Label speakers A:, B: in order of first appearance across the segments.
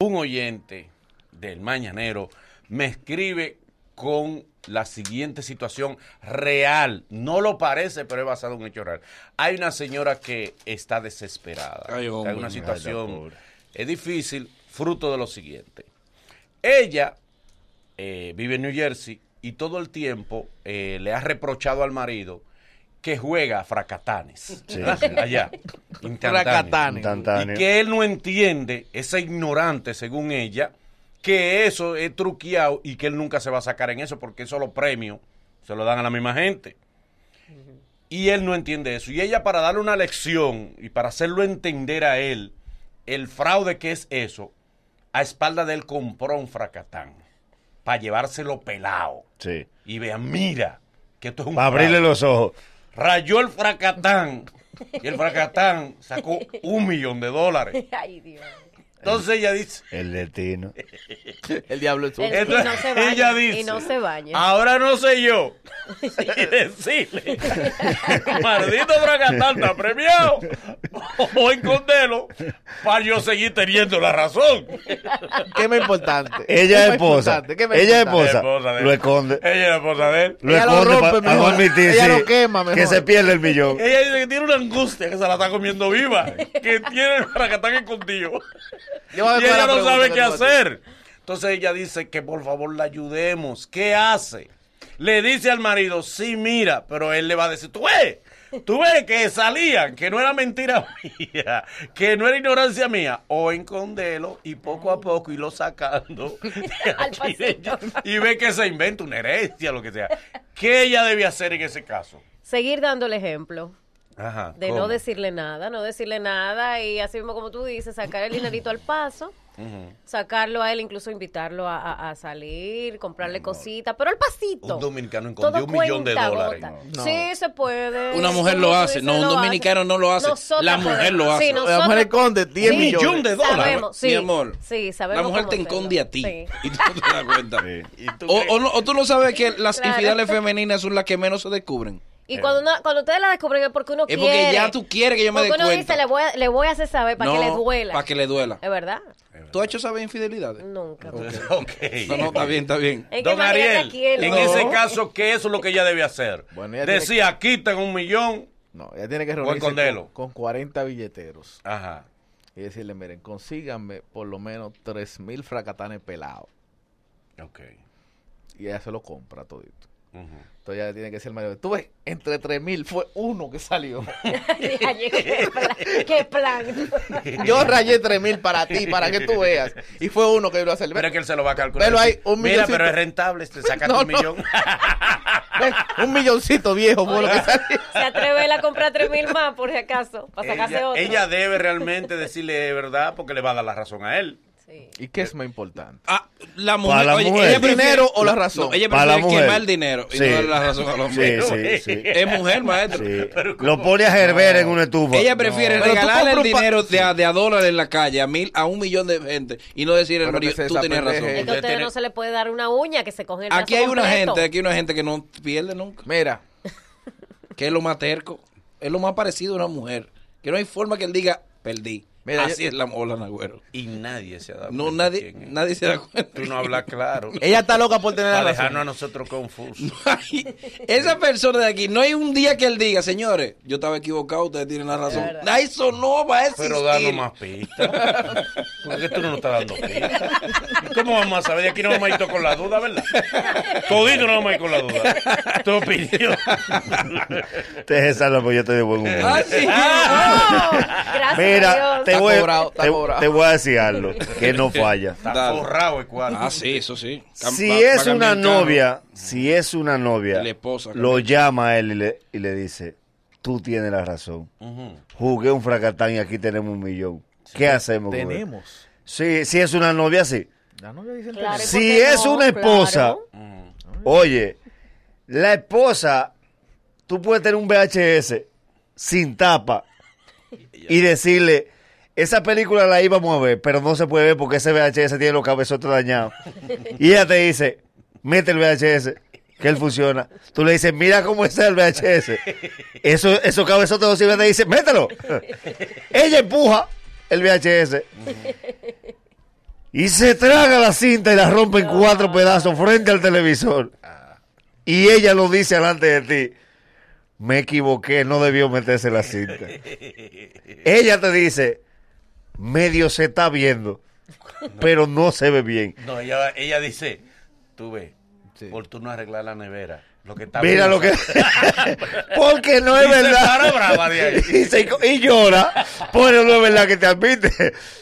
A: un oyente del Mañanero me escribe con la siguiente situación real. No lo parece, pero es basado en un hecho real. Hay una señora que está desesperada.
B: Ay,
A: Hay
B: hombre,
A: una
B: ay, la
A: situación
B: pobre.
A: es difícil, fruto de lo siguiente. Ella eh, vive en New Jersey y todo el tiempo eh, le ha reprochado al marido que juega a fracatanes.
C: Sí,
A: ¿verdad?
C: sí.
A: Allá. instantáneos.
B: Fracatanes.
C: Instantáneo.
A: Y que él no entiende, esa ignorante según ella, que eso es truqueado y que él nunca se va a sacar en eso porque eso los premios se lo dan a la misma gente. Y él no entiende eso. Y ella para darle una lección y para hacerlo entender a él el fraude que es eso, a espalda de él compró un fracatán para llevárselo pelado.
C: Sí.
A: Y vean, mira, que esto es un
C: Para abrirle
A: fraude
C: los ojos.
A: rayó el fracatán y el fracatán sacó un millón de dólares.
D: Ay, Dios.
A: Entonces ella dice,
C: El destino.
B: El diablo es un...
D: El- y no se baña,
A: ella dice, "Ah".
D: y no se baña.
A: ahora no sé yo si decirle, maldito fracatán está premiado o en condeno para yo seguir teniendo la razón.
B: ¿Qué es más importante?
C: Ella
B: ¿Qué
C: es
B: más
C: esposa.
B: importante? ¿Qué más
C: Ella es
B: importante?
C: esposa.
A: de
C: Lo
A: él.
C: esconde.
A: Ella es la esposa de él.
C: Lo
B: Ella lo
C: esconde
B: rompe
C: pa- pa
B: mejor.
C: no admitir,
B: Ella
C: sí,
B: lo quema mejor. Eh,
C: Que se pierde el millón.
A: Ella dice que tiene una angustia que se la está comiendo viva, que tiene el fracatán escondido.
B: Yo voy a
A: y
B: hacer
A: ella
B: la
A: no
B: pregunta
A: sabe
B: que
A: qué
B: tú haces.
A: hacer. Entonces ella dice que por favor la ayudemos. ¿Qué hace? Le dice al marido, sí, mira, pero él le va a decir, tú ves, tú ves que salían, que no era mentira mía, que no era ignorancia mía. O en condelo y poco a poco irlo sacando de
D: Al
A: aquí de ella.
D: pasillo.
A: y ve que se inventa una herencia, lo que sea. ¿Qué ella debe hacer en ese caso?
D: Seguir dando el ejemplo
A: Ajá,
D: de
A: ¿cómo?
D: no decirle nada, no decirle nada y así mismo como tú dices, sacar el dinerito al paso, sacarlo a él, incluso invitarlo a, a- a salir, comprarle cositas, pero al pasito.
A: Un dominicano escondió
D: Todo
A: un millón de
D: cuenta,
A: dólares.
D: gota.
B: No.
D: Sí, se puede.
E: Una mujer
D: Como
E: lo
D: tú
E: hace.
D: dices,
E: No, un
D: lo
E: dominicano no lo hace.
D: Nosotras
E: La mujer lo
D: podemos.
E: hace.
D: Sí,
E: La
D: nosotras
B: La mujer esconde 10
A: Un
B: millones.
A: millón de dólares.
D: Sabemos, sí.
E: Mi amor,
D: Sí, sabemos
E: la mujer
D: cómo
E: te
D: hacerlo.
E: enconde a ti.
D: Sí.
E: Y tú no te das cuenta.
C: Sí.
E: O, o no- o tú no sabes que las
D: Claro.
E: infideles femeninas son las que menos se descubren.
D: Y cuando, una- cuando ustedes la descubren es porque uno
E: Eh. Es
D: quiere.
E: porque ya tú quieres que yo me
D: Porque
E: dé
D: uno
E: cuenta.
D: dice, le voy, a, le voy a hacer saber para que le duela. Eh, Mm.
E: Para que le duela.
D: ¿Es verdad?
E: ¿Tú has hecho saber infidelidades?
D: Nunca.
A: Ok.
E: No, no, está bien, está bien.
D: Es que
A: Don
D: imagínate
A: Ariel,
D: a quién,
A: en
D: ¿no?
A: ese caso, ¿qué es lo que ella debe hacer?
B: Bueno, ella tiene
A: Decía, aquí tengo un millón.
B: No, ella tiene que
A: en
B: reunirse
A: condelo.
B: con, con 40 billeteros
A: Ajá.
B: y decirle, miren, consíganme por lo menos 3 mil fracatanes pelados.
A: Ok.
B: Y ella se lo compra todito.
A: Ujú.
B: Entonces ya tiene que ser el mayor. Tú ves, entre 3 mil fue uno que salió.
D: Ya llegué, qué plan.
B: Yo rayé 3 mil para ti, para que tú veas. Y fue uno que lo hace.
A: Mira
B: Ves,
A: que él se lo va a calcular.
B: Velo ahí, un
A: Mira,
B: milloncito.
A: pero es rentable, te sacaste
B: No,
A: un
B: no.
A: millón.
B: ves, un milloncito viejo fue lo que salió.
D: Se atreve él a comprar tres mil más, por si acaso, para sacarse
A: ella,
D: otro.
A: ella debe realmente decirle de verdad porque le va a dar la razón a él.
D: Sí.
B: ¿Y qué es más importante?
E: Ah, la mujer.
C: Para la
E: oye,
C: mujer.
E: ella
C: ¿El
E: prefiere-
B: dinero o la razón?
E: No, ella
C: Para la
E: prefiere
C: mujer.
E: quemar el dinero y
C: Sí.
E: no darle la razón a los
C: Sí,
E: hombres.
C: sí, sí.
E: Es mujer, maestro.
C: Sí. Lo pone a hervir en una estufa.
E: Ella prefiere
B: Pero tú
E: regalarle el
B: compras un pa-
E: dinero de a, de a dólares en la calle a mil a un millón de gente y no decir al
B: Pero que
E: marido,
B: se
E: tú
B: desapendeje.
E: tenías razón.
D: Es que a
A: Usted
D: ustedes
A: tiene-
D: no se le puede dar una uña que se coge el
E: Aquí hay
D: brazo
E: una
D: completo.
E: gente, aquí hay una gente que no pierde nunca,
B: Mira,
E: que es lo más terco, es lo más parecido a una mujer, que no hay forma que él diga, perdí.
B: Mira,
E: Así
B: yo-
E: es la mola, Nagüero.
A: Y nadie se ha dado
E: No,
A: cuenta
E: nadie,
A: quién es.
E: nadie se da cuenta.
A: Tú no hablas claro.
B: ella está loca por tener la
A: Para
B: razón.
A: dejarnos a nosotros confusos.
E: Ay, Esa persona de aquí, no hay un día que él diga, señores, yo estaba equivocado, ustedes tienen la razón.
D: verdad.
E: Ah, Eso no va a existir.
A: Pero danos más pistas. Porque tú no nos estás dando pistas. ¿Y ¿Cómo vamos a saber? De aquí no vamos a ir todos con la duda, ¿verdad? Todito no vamos a ir con la duda. Tu opinión.
C: Te es salvo, yo te de buen humor.
E: Ah, sí.
D: ¡Oh! Gracias a
C: Mira,
D: Dios.
C: te
B: Está
C: voy,
B: cobrado, está
C: te-
B: cobrado.
C: te voy a decir algo que no falla.
A: Está
E: Dale.
A: forrado el cuarto.
E: Ah, sí, eso sí. Cam-
C: Si
E: va- va
C: es
E: cambiando
C: una
E: el carro.
C: novia, si es una novia,
E: Y la esposa
C: lo
E: también.
C: llama a él y le, y le dice, tú tienes la razón.
A: Ujú.
C: Jugué un fracatán y aquí tenemos un millón. ¿Qué hacemos? con él?
B: Tenemos.
C: Sí, si es una novia, sí.
B: La novia dice
D: Claro, ¿y por
C: Si
D: qué
C: es una esposa,
D: claro?
A: Ujú.
C: Oye, la esposa, tú puedes tener un VHS sin tapa y decirle, esa película la íbamos a ver, pero no se puede ver porque ese VHS tiene los cabezotes dañados. Y ella te dice, mete el VHS, que él funciona. Tú le dices, mira cómo está el VHS. Eso, esos cabezotes no sirven, te dice, mételo. Ella empuja el VHS. Y se traga la cinta y la rompe en cuatro pedazos frente al televisor. Y ella lo dice delante de ti. Me equivoqué, no debió meterse la cinta. Ella te dice, medio se está viendo, pero no se ve bien.
A: No, ella, ella dice, tú ves,
B: Sí.
A: por tú no arreglar la nevera. Lo que está
C: Mira
A: bien-
C: lo que... Porque no es
A: Y se
C: verdad.
A: para brava de ahí.
C: y, se co- y llora, pero no es verdad que te admite.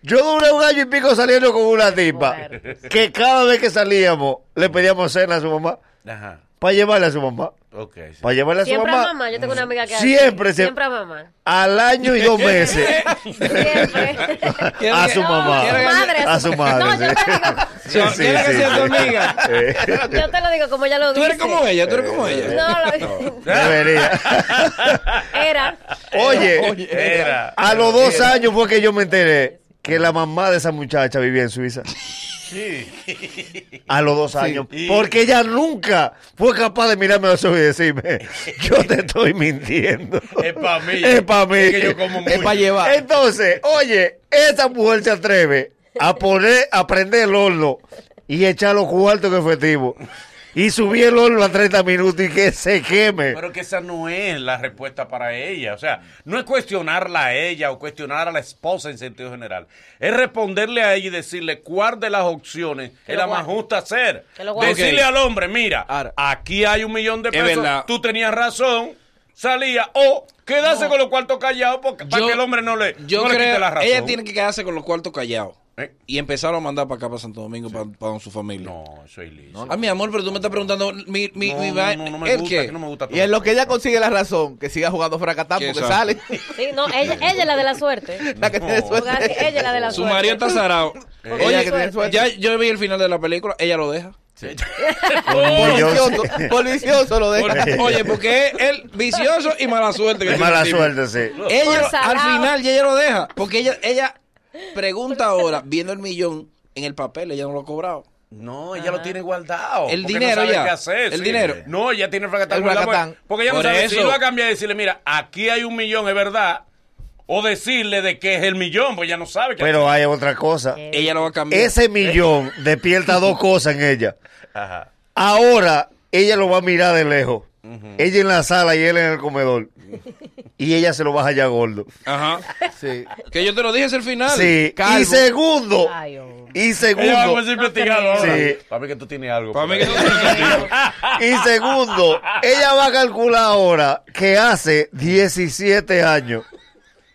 C: Yo duré un año y pico saliendo con una tipa
D: Muertos.
C: que cada vez que salíamos le pedíamos cena a su mamá
A: Ajá,
C: para llevarle a su mamá.
A: ok. sí.
C: Para llevarle a su
D: Siempre a
C: mamá,
D: mamá. Yo tengo una amiga que
C: Siempre se-
D: Siempre a mamá.
C: al año y dos meses
D: Siempre.
C: a su
E: No,
C: mamá.
E: quiero que-
D: Madre,
C: a su madre.
D: No, yo te lo digo.
C: Sí,
E: No,
C: sí,
E: quiero que
C: sí,
E: sea tu
C: sí.
E: amiga.
C: Eh,
D: Yo te lo digo como ella lo
E: Tú
D: dice.
E: eres como ella, tú eres como ella.
D: eh, No, lo-
C: debería.
D: era.
C: Oye,
B: Oye,
A: Era.
C: a los dos años fue que yo me enteré que la mamá de esa muchacha vivía en Suiza. A los dos años. Porque ella nunca fue capaz de mirarme a los ojos y decirme, yo te estoy mintiendo.
A: Es pa' mí.
C: Es pa' mí.
A: Es que yo como
B: es
A: mucho.
B: para llevar.
C: Entonces, oye, esa mujer se atreve a poner, a prender el horno y echar los cuartos que efectivo. Y subir el horno a 30 minutos y que se queme.
A: Pero que esa no es la respuesta para ella. O sea, no es cuestionarla a ella o cuestionar a la esposa en sentido general. Es responderle a ella y decirle cuál de las opciones es
D: lo
A: la más
D: guarde.
A: justa hacer.
D: Que lo guarde.
A: Decirle
E: Ok.
A: al hombre, mira,
B: Ahora.
A: aquí hay un millón de
E: Es verdad.
A: pesos, tú tenías razón, salía o quedarse con los cuartos callados porque, para
E: Yo-
A: que el hombre no le,
E: Yo
A: no le
E: creo
A: quite la razón.
E: ella tiene que quedarse con los cuartos callados.
A: ¿Eh?
E: Y empezaron a mandar para acá, para Santo Domingo, para, para su familia.
A: No, eso es ilícito.
E: Ah, mi amor, pero tú me estás preguntando mi, mi,
A: No,
E: mi
A: no,
E: va-
A: no, no me
E: ¿el
A: gusta,
E: qué?
A: que no me gusta
B: Y en lo que ella
A: todo.
B: consigue la razón, que siga jugando fracatán
E: Qué
B: porque
E: exacto.
B: sale.
D: Sí, no, ella, ella es la de la suerte.
B: La que tiene
A: No.
D: Porque
B: suerte.
D: Ella es la de la
E: Su
D: suerte.
E: marido está zarado.
D: Porque
B: Ella
D: tiene
B: que tiene
D: suerte.
B: suerte.
E: Ya yo vi el final de la película, ella lo deja.
A: oh,
B: Por
C: Pues Yo-
B: vicioso, por vicioso lo deja.
E: Porque- oye, porque es él vicioso y mala suerte. que tiene el
C: Mala
E: tipo.
C: suerte, sí.
E: Ella,
D: Por salado.
E: al final, ya ella lo deja. Porque ella, ella pregunta ahora, viendo el millón en el papel, ella no lo ha cobrado.
A: No, ella lo tiene guardado.
E: El
A: porque
E: dinero
A: no sabe
E: ya.
A: Qué hacer,
E: El
A: sí.
E: dinero.
A: No, ella tiene el fracatán
B: El
A: guardado. pues,
B: fracatán.
A: Porque, porque ella
E: Por
A: no sabe si
E: eso.
A: lo va a cambiar y decirle, mira, aquí hay un millón, es verdad. O decirle de qué es el millón, pues ella no sabe. qué
C: Pero hay otra cosa.
A: Eh,
E: Ella lo va a cambiar.
C: Ese millón despierta dos cosas en ella.
A: hacer. Ajá.
C: Ahora ella lo va a mirar de lejos. Ella en la sala y él en el comedor. Y ella se lo va a hallar gordo.
E: Ajá.
B: Sí.
E: Que yo te lo dije, es el final.
C: Sí.
B: calvo.
C: Y segundo.
D: Ay, oh. hombre.
C: Y
A: Ella va a
C: segundo.
A: ser investigada
D: creo.
A: ahora.
C: Sí.
A: Para mí que tú tienes algo.
E: Para
A: por
E: mí que
A: ahí.
C: Y segundo. Ella va a calcular ahora que hace 17 años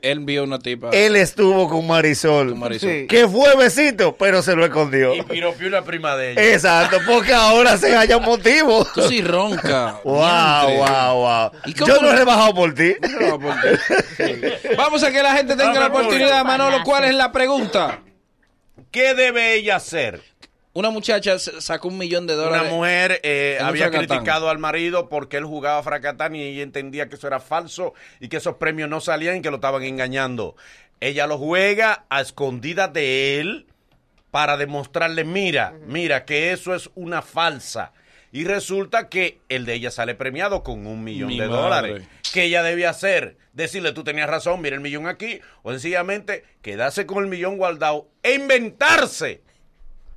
E: Él vio una tipa.
A: Eh,
C: él estuvo con Marisol.
E: Con Marisol.
B: Sí.
C: Que fue besito, pero se lo escondió.
A: Y piropió la prima de ella.
C: Exacto, porque ahora se halla un motivo.
E: Tú sí ronca.
C: Wow,
E: diantre.
C: wow, wow.
E: ¿Y cómo
C: Yo no
E: no?
C: he bajado por ti.
E: No, porque- Sí. Vamos a que la gente tenga la
A: Vamos,
D: Pablo.
E: oportunidad, Manolo. ¿Cuál es la pregunta?
A: ¿Qué debe ella hacer?
E: Una muchacha s- sacó un millón de
A: Una
E: dólares.
A: mujer eh,
E: en un
A: había
E: fracatán.
A: criticado al marido porque él jugaba fracatán y ella entendía que eso era falso y que esos premios no salían y que lo estaban engañando. Ella lo juega a escondidas de él para demostrarle, mira, mira, que eso es una falsa. Y resulta que el de ella sale premiado con un millón
E: Mi
A: de
E: madre.
A: dólares. ¿Qué ella debía hacer? Decirle, tú tenías razón, mira el millón aquí. O sencillamente quedarse con el millón guardado e inventarse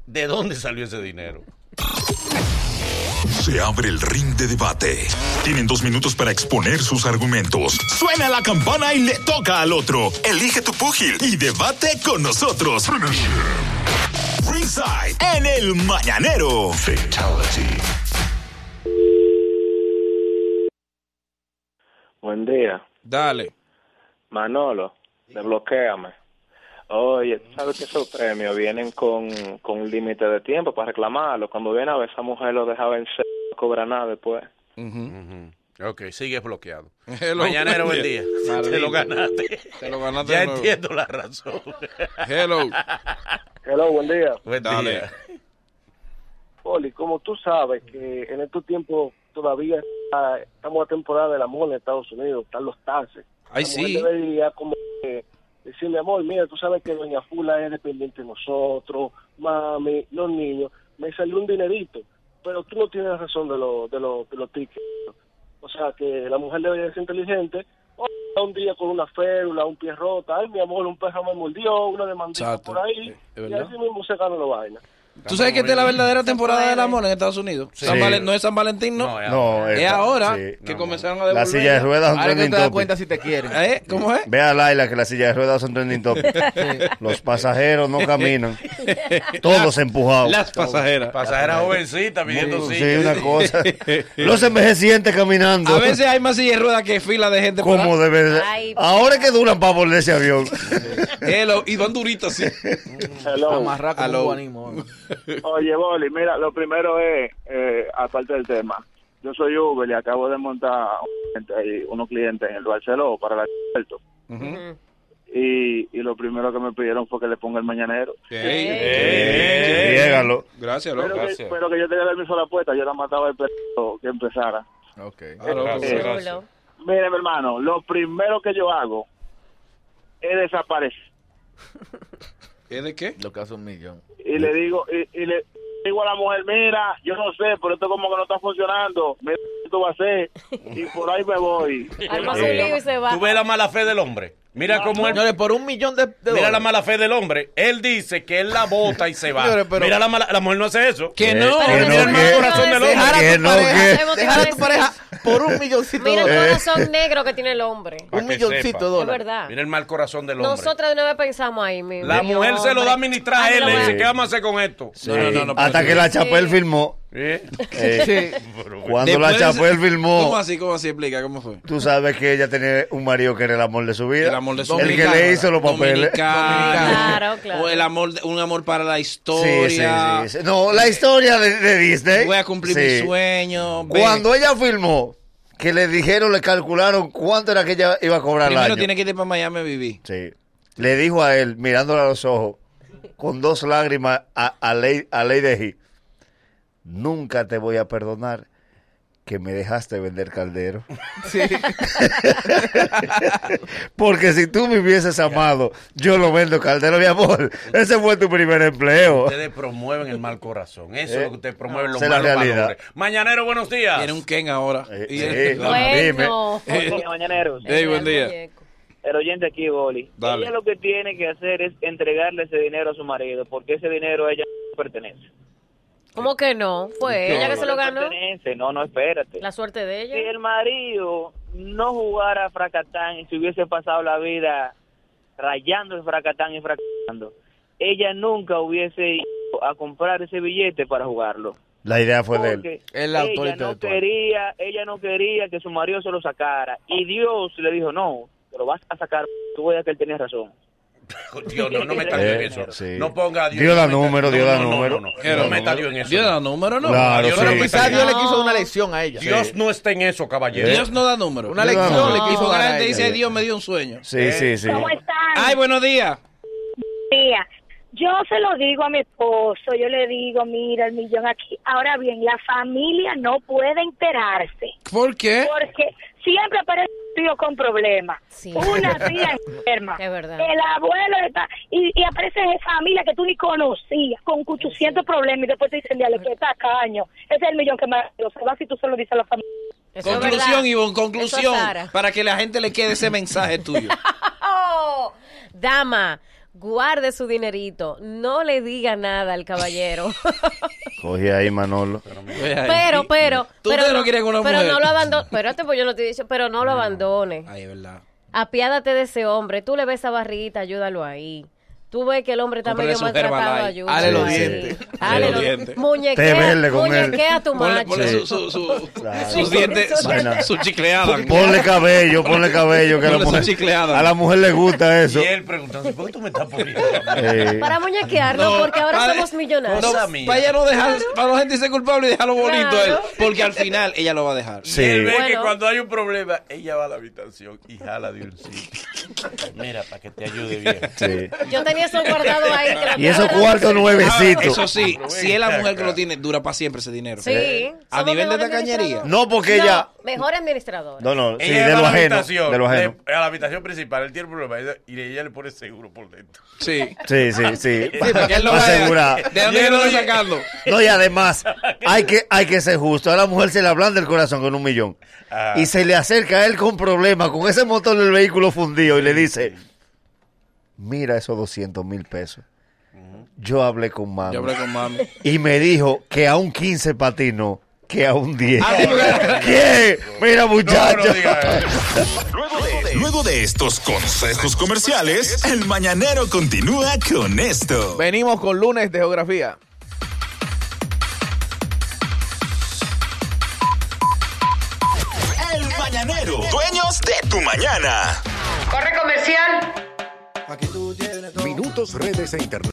A: de dónde salió ese dinero.
F: Se abre el ring de debate. Tienen dos minutos para exponer sus argumentos. Suena la campana y le toca al otro. Elige tu púgil y debate con nosotros. Ringside en el mañanero.
G: Buen día.
E: Dale.
G: Manolo, desbloquéame. Oye, tú sabes que esos premios vienen con, con un límite de tiempo para reclamarlo. Cuando viene a ver, esa mujer lo deja vencer, no cobra nada después.
A: Ok, sigues bloqueado.
E: Hello.
A: Mañanero, buen día.
E: Maldito.
A: Te lo ganaste.
E: Te lo ganaste
A: Ya
E: de nuevo.
A: entiendo la razón.
E: Hello.
G: Hello, buen día.
A: Buen
E: Dale.
A: día.
G: Poli, como tú sabes que en estos tiempos todavía está- estamos a temporada del amor en Estados Unidos, están los taxes.
E: Ay,
G: La
E: sí.
G: mujer debería como que decirle, amor, mira, tú sabes que doña Fula es dependiente de nosotros, mami, los niños. Me salió un dinerito, pero tú no tienes razón de, lo- de, lo- de los tickets. O sea, que la mujer debería ser inteligente
H: Oh, un día con una férula, un pie rota, ay, mi amor, un perro me mordió, una demandita
E: Exacto.
H: por ahí,
E: Eh, es
H: y
E: verdad.
H: así mismo se ganó la vaina.
E: Tú sabes que esta es la verdadera temporada del amor en Estados Unidos. San Valen- no es San Valentín, no.
A: No, es
C: No,
E: es
C: esta-
E: ahora
C: sí.
E: que
A: No,
E: comenzaron a
C: La
E: devolver.
C: silla de ruedas son
B: Ahora que te
C: trending
B: das
C: topic.
B: cuenta si te quieren.
E: ¿Eh? ¿Cómo es?
C: Ve a Laila que las sillas de ruedas son trending topic. Los pasajeros no caminan. Todos empujados.
E: Las pasajeras.
A: Pasajera jovencita pidiendo
C: Sí,
A: sillas.
C: una cosa. Los envejecientes caminando.
E: A veces hay más sillas de ruedas que fila de gente. por
C: Como
E: ahí.
C: de verdad.
D: Ay,
C: Ahora que duran para volver ese avión.
E: Hello, y van duritos así.
H: Hello.
B: Amarrar como
E: Aló.
B: un guanimo.
H: Oye, Boli, mira, lo primero es, eh, aparte del tema, yo soy Uber y acabo de montar un cliente ahí, unos clientes en el Barceló para el aeropuerto.
D: Ujú.
H: Y, y lo primero que me pidieron fue que le ponga el mañanero.
E: Ey,
A: Eh,
C: Llégalo.
E: Gracias,
H: Pero
E: loco.
H: que,
E: Gracias.
H: pero que yo tenía permiso a la puerta, yo la mataba el perro que empezara.
B: Ok.
E: Ah, loco,
A: Gracias.
E: gracias.
D: Chulo.
H: Mire, mi hermano, lo primero que yo hago es desaparecer.
E: ¿Es de qué?
B: Lo que hace un millón.
H: Y le digo, y, y le digo a la mujer, mira, yo no sé, pero esto como que no está funcionando. Mira, esto va a ser. Y por ahí me voy.
D: Arma su lío y se va.
A: Tú ves la mala fe del hombre. Mira cómo él.
B: Señores, por un millón de, de
A: Mira la
B: dólares.
A: mala fe del hombre. Él dice que él la bota y se va.
B: Señores, pero-
A: Mira la mala. La mujer no hace eso.
E: Que
C: Eh,
E: no.
C: que
A: Mira el
C: no,
A: mal
C: que-
A: corazón del hombre.
B: Dejar a
C: Que
B: tu
C: no,
B: pareja,
D: que-
B: dejar a tu pareja Eh. por un milloncito de
D: Mira el
B: dólares.
D: corazón negro que tiene el hombre.
A: Pa'
B: Un
A: que
B: milloncito
A: sepa.
B: de
D: Es
B: dólares.
D: verdad.
A: Mira el mal corazón del hombre.
D: Nosotras de una vez pensamos ahí, mi
A: la
D: mi
A: mujer se lo
D: hombre.
A: da a administrar a
D: Ay,
A: él. eh. Le
D: me lo
A: dice,
D: voy
A: ¿qué vamos a hacer con esto?
E: No, no, no, no,
C: Hasta
E: pero-
C: que la Chapel filmó.
A: ¿Eh?
C: Eh,
B: Sí.
C: Cuando la
E: Después-
C: Chapel
E: ¿Cómo
C: filmó,
E: así? ¿Cómo así? Explica, ¿cómo fue?
C: tú sabes que ella tenía un marido que era el amor de su vida.
E: El amor de su
C: El que
E: vida.
C: le hizo los papeles.
E: Dominicana.
D: Claro, claro.
E: O el amor, de- un amor para la
C: Sí, sí,
E: historia. Eh,
C: sí, sí. No, la historia de, de Disney.
E: Voy a cumplir
C: Sí.
E: mi sueño. ve.
C: Cuando ella filmó, que le dijeron, le calcularon cuánto era que ella iba a cobrar al
E: Primero
C: año.
E: tiene que ir para Miami a vivir.
C: Sí. Le dijo a él, mirándole a los ojos, con dos lágrimas a, a Ley, a Ley de G. Nunca te voy a perdonar que me dejaste vender caldero. Porque si tú me hubieses amado, yo lo vendo caldero, mi amor. Ese fue tu primer empleo.
A: Ustedes promueven el mal corazón. Eso es lo que ustedes promueven los
C: Ah. Esa es la
A: malos
C: realidad.
A: valores. Mañanero, buenos días.
E: Tiene un Ken ahora.
C: Eh,
E: Y- este,
C: sí.
D: a- Bueno.
H: mañaneros.
E: Ey, buen día.
D: muñeco.
H: El oyente aquí, Boli.
E: Dale.
H: Ella lo que tiene que hacer es entregarle ese dinero a su marido, porque ese dinero a ella no pertenece.
D: ¿Cómo que no? Fue ella que se lo
H: No le
D: ganó.
H: pertenece, No, no, espérate.
D: La suerte de
H: Si el
D: ella.
H: marido no jugara fracatán y se hubiese pasado la vida rayando el fracatán y fracatando, ella nunca hubiese ido a comprar ese billete para jugarlo.
C: La idea fue de él.
H: Porque
B: El autor
H: ella no
B: intelectual.
H: quería, ella no quería que su marido se lo sacara y Dios le dijo no, te lo vas a sacar. Tú veas que él tenía razón.
A: Dios, no, no me está
C: Eh,
A: en eso.
C: sí.
A: No ponga a Dios.
C: Dio la
A: no me
C: número,
A: talló-
C: dio la
A: no, no, no,
C: número.
A: No, no,
E: Era
A: no me
E: número.
A: talló en eso.
E: Dios da número, no.
C: Claro,
E: Dios no
C: sí.
E: me
B: Quizás
E: está-
B: Dios le
D: No.
B: quiso una lección a ella.
A: Dios no está en eso, caballero.
E: Dios no da número.
B: Una
C: eh. Dios
B: lección
C: no.
B: le
E: Y
B: quiso
E: su
B: dar a
E: grande
B: ella.
E: dice, Dios me dio un sueño.
C: Sí, sí, sí.
I: ¿Cómo están?
E: Ay, buenos días.
I: Tía, Yo se lo digo a mi esposo, yo le digo, mira, el millón aquí. Ahora bien, la familia no puede enterarse,
E: ¿Por qué?
I: porque siempre aparece un tío con problemas,
D: Sí.
I: una tía enferma,
D: Es verdad.
I: el abuelo está, y, y aparece esa familia que tú ni conocías, con 800 problemas, y después te dicen, dale, que tacaño, ese es el millón que más se va si tú se lo dices a la familia.
D: Eso es verdad.
E: Conclusión, Ivonne,
D: Eso
E: conclusión.
D: es Sara.
E: Para que la gente le quede ese mensaje tuyo.
D: Oh, dama, guarde su dinerito. No le diga nada al caballero.
C: Cogí ahí Manolo.
E: Ve ahí.
D: pero, pero,
E: Tú
D: pero,
E: te lo
D: no-
E: quieres con una
D: pero
E: mujer.
D: no lo abandone. Espérate, pues yo no te he dicho, pero no lo abandone.
E: Ay, es verdad.
D: Apiádate de ese hombre. Tú le ves esa barriguita, ayúdalo ahí. Tú ves que el hombre está
E: Cómprale
D: medio
E: su
D: maltratado,
E: Herbalife.
D: ayúdalo
B: Hale los
D: ahí.
B: dientes.
D: Hale
E: Hale
D: los
E: los
D: dientes.
E: dientes.
C: Te
D: Muñequea,
C: vele con él.
D: muñequea a tu
E: Ponle,
D: macho.
E: ponle
C: Sí.
E: su, su, su-
C: Claro.
E: sus dientes, su,
C: Vaina.
E: su chicleada.
C: Ponle cabello, ponle cabello. Que a la
E: Ponle su
C: mujer-
E: chicleada.
C: a la mujer le gusta eso.
A: Y él preguntando, ¿por qué tú me estás poniendo?
C: Eh,
D: Para muñequearlo, porque ahora
E: para-
D: somos millonarios.
E: No,
A: Cosa mía.
E: para ella no dejar, para la gente ser culpable y dejarlo bonito a él.
D: Claro.
E: Porque al final ella lo va a dejar.
A: Y
C: sí.
A: él ve que
D: Bueno.
A: cuando hay un problema, ella va a la habitación y jala de un sitio. Mira, para que te ayude bien.
C: sí.
D: Yo tenía eso guardado ahí. que lo
C: Y esos
D: guardan.
C: cuartos nuevecitos.
E: Eso sí, si es la mujer que lo tiene, dura para siempre ese dinero.
D: Sí.
E: A
D: somos
E: nivel de
D: mejores
E: tacañería.
D: administradores.
C: No, porque
D: No,
C: ella.
D: Mejor administrador.
C: No, no, sí,
A: Ella va
C: de
A: a
C: lo
A: la
C: ajeno.
A: habitación,
C: De lo ajeno.
A: de- a la habitación principal, él tiene un problema ella- y ella le pone seguro por dentro.
E: Sí.
C: Sí, sí, sí.
E: para que él lo
C: Para
E: vea.
C: asegurar.
E: ¿De dónde
A: Y
E: que
A: él
E: lo
A: oye-
E: estoy sacando?
C: No, y además, hay que, hay que ser justo. A la mujer se le ablanda el corazón con un millón.
A: Ah.
C: Y se le acerca a él con problemas, con ese motor del vehículo fundido, y le dice: Mira esos 200 mil pesos. Yo hablé con mami.
E: Yo hablé con mami.
C: Y me dijo que a un 15 para ti no, que a un 10.
E: Ah, sí, porque-
C: ¿Qué? Mira,
A: No, no
C: muchacho.
A: diga eso.
F: Luego de, luego de estos consejos comerciales, el mañanero continúa con esto.
B: Venimos con lunes de geografía.
F: El mañanero, dueños de tu mañana.
J: Minutos redes e internet.